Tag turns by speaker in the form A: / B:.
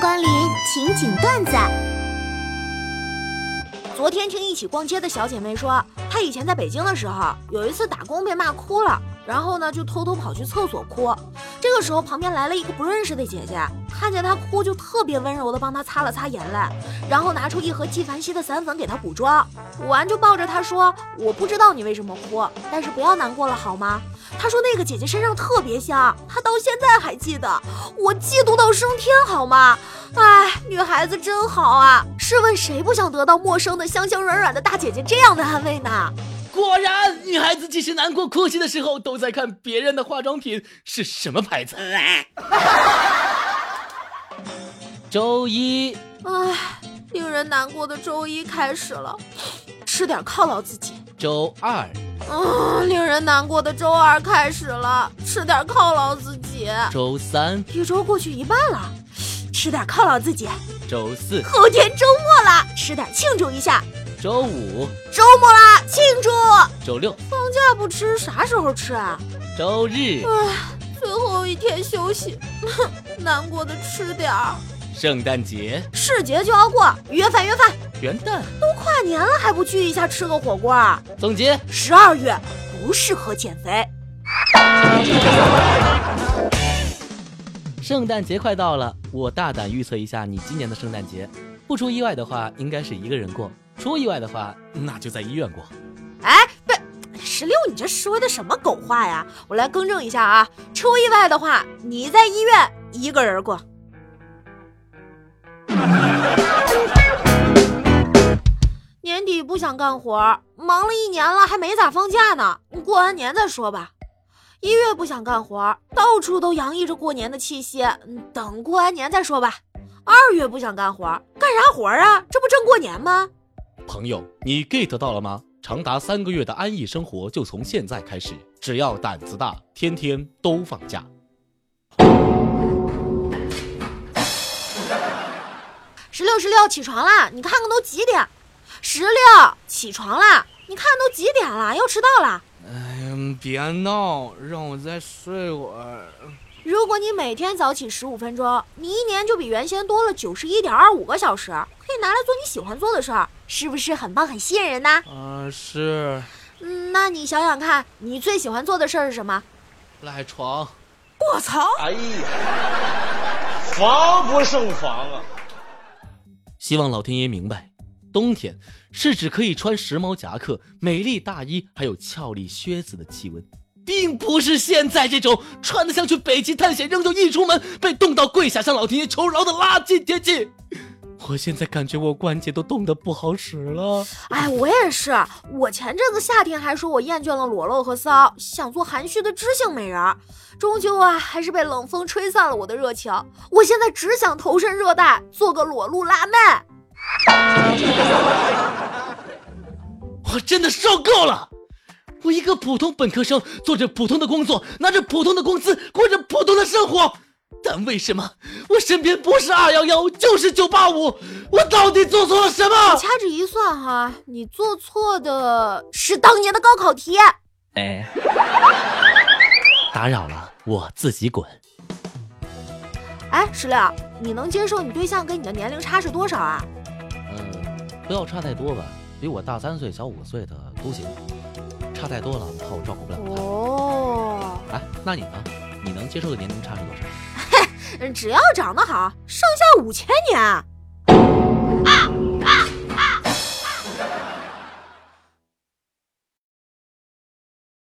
A: 光临情景段子。
B: 昨天听一起逛街的小姐妹说，她以前在北京的时候，有一次打工被骂哭了，然后呢就偷偷跑去厕所哭。这个时候旁边来了一个不认识的姐姐，看见她哭就特别温柔的帮她擦了擦眼泪，然后拿出一盒纪梵希的散粉给她补妆，补完就抱着她说：“我不知道你为什么哭，但是不要难过了好吗？”她说那个姐姐身上特别香，她到现在还记得，我嫉妒到升天好吗？哎，女孩子真好啊！试问谁不想得到陌生的香香软软的大姐姐这样的安慰呢？
C: 果然，女孩子其实难过、哭泣的时候，都在看别人的化妆品是什么牌子。 周一，
B: 哎，令人难过的周一开始了，吃点犒劳自己。
C: 周二，
B: 嗯，令人难过的周二开始了，吃点犒劳自己。
C: 周三，
B: 一周过去一半了，吃点犒劳自己。
C: 周四，
B: 后天周末了，吃点庆祝一下。
C: 周五，
B: 周末啦，庆祝！
C: 周六，
B: 放假不吃，啥时候吃啊？
C: 周日，
B: 唉，最后一天休息，哼难过的吃点儿。
C: 圣诞节，
B: 是节就要过，约饭约饭。
C: 元旦。
B: 都跨年了还不聚一下吃个火锅啊？
C: 总结：
B: 十二月不适合减肥。
C: 圣诞节快到了，我大胆预测一下，你今年的圣诞节，不出意外的话，应该是一个人过；出意外的话，那就在医院过。
B: 哎，不，石榴，你这说的什么狗话呀？我来更正一下啊，出意外的话，你在医院一个人过。 年底不想干活儿，忙了一年了还没咋放假呢，过完年再说吧。一月不想干活儿，到处都洋溢着过年的气息，嗯等过完年再说吧。二月不想干活儿，干啥活儿啊？这不正过年吗？
C: 朋友，你 get 到了吗？长达三个月的安逸生活就从现在开始，只要胆子大，天天都放假。
B: 十六十六起床啦！你看看都几点？十六起床啦！你看都几点啦？要迟到啦！
D: 哎呀，别闹，让我再睡会儿。
B: 如果你每天早起十五分钟，你一年就比原先多了九十一点二五个小时，可以拿来做你喜欢做的事儿，是不是很棒很吸引人呢？
C: 呃
D: 啊、是
B: 嗯，那你想想看，你最喜欢做的事儿是什么？
C: 赖床，
B: 卧槽！
E: 哎呀，防不胜防啊！
C: 希望老天爷明白，冬天是指可以穿时髦夹克、美丽大衣，还有俏丽靴子的气温，并不是现在这种穿得像去北极探险，仍旧一出门被冻到跪下向老天爷求饶的垃圾天气。我现在感觉我关节都冻得不好使了。
B: 哎，我也是。我前阵子夏天还说我厌倦了裸露和骚，想做含蓄的知性美人儿，终究啊，还是被冷风吹散了我的热情。我现在只想投身热带，做个裸露辣妹。
C: 我真的受够了！我一个普通本科生，做着普通的工作，拿着普通的工资，过着普通的生活，但为什么我身边不是二幺幺就是九八五？我到底做错了什
B: 我
C: 么？
B: 掐指一算哈，你做错的是当年的高考题。
C: 哎，打扰了，我自己滚。
B: 哎，石榴，你能接受你对象跟你的年龄差是多少啊？
C: 嗯，不要差太多吧，比我大三岁、小五岁的都行，差太多了，怕我照顾不了
B: 哦，
C: 他。哎，那你呢？
B: 嗯
C: 你能接受的年龄差是多少？
B: 只要长得好，上下五千年。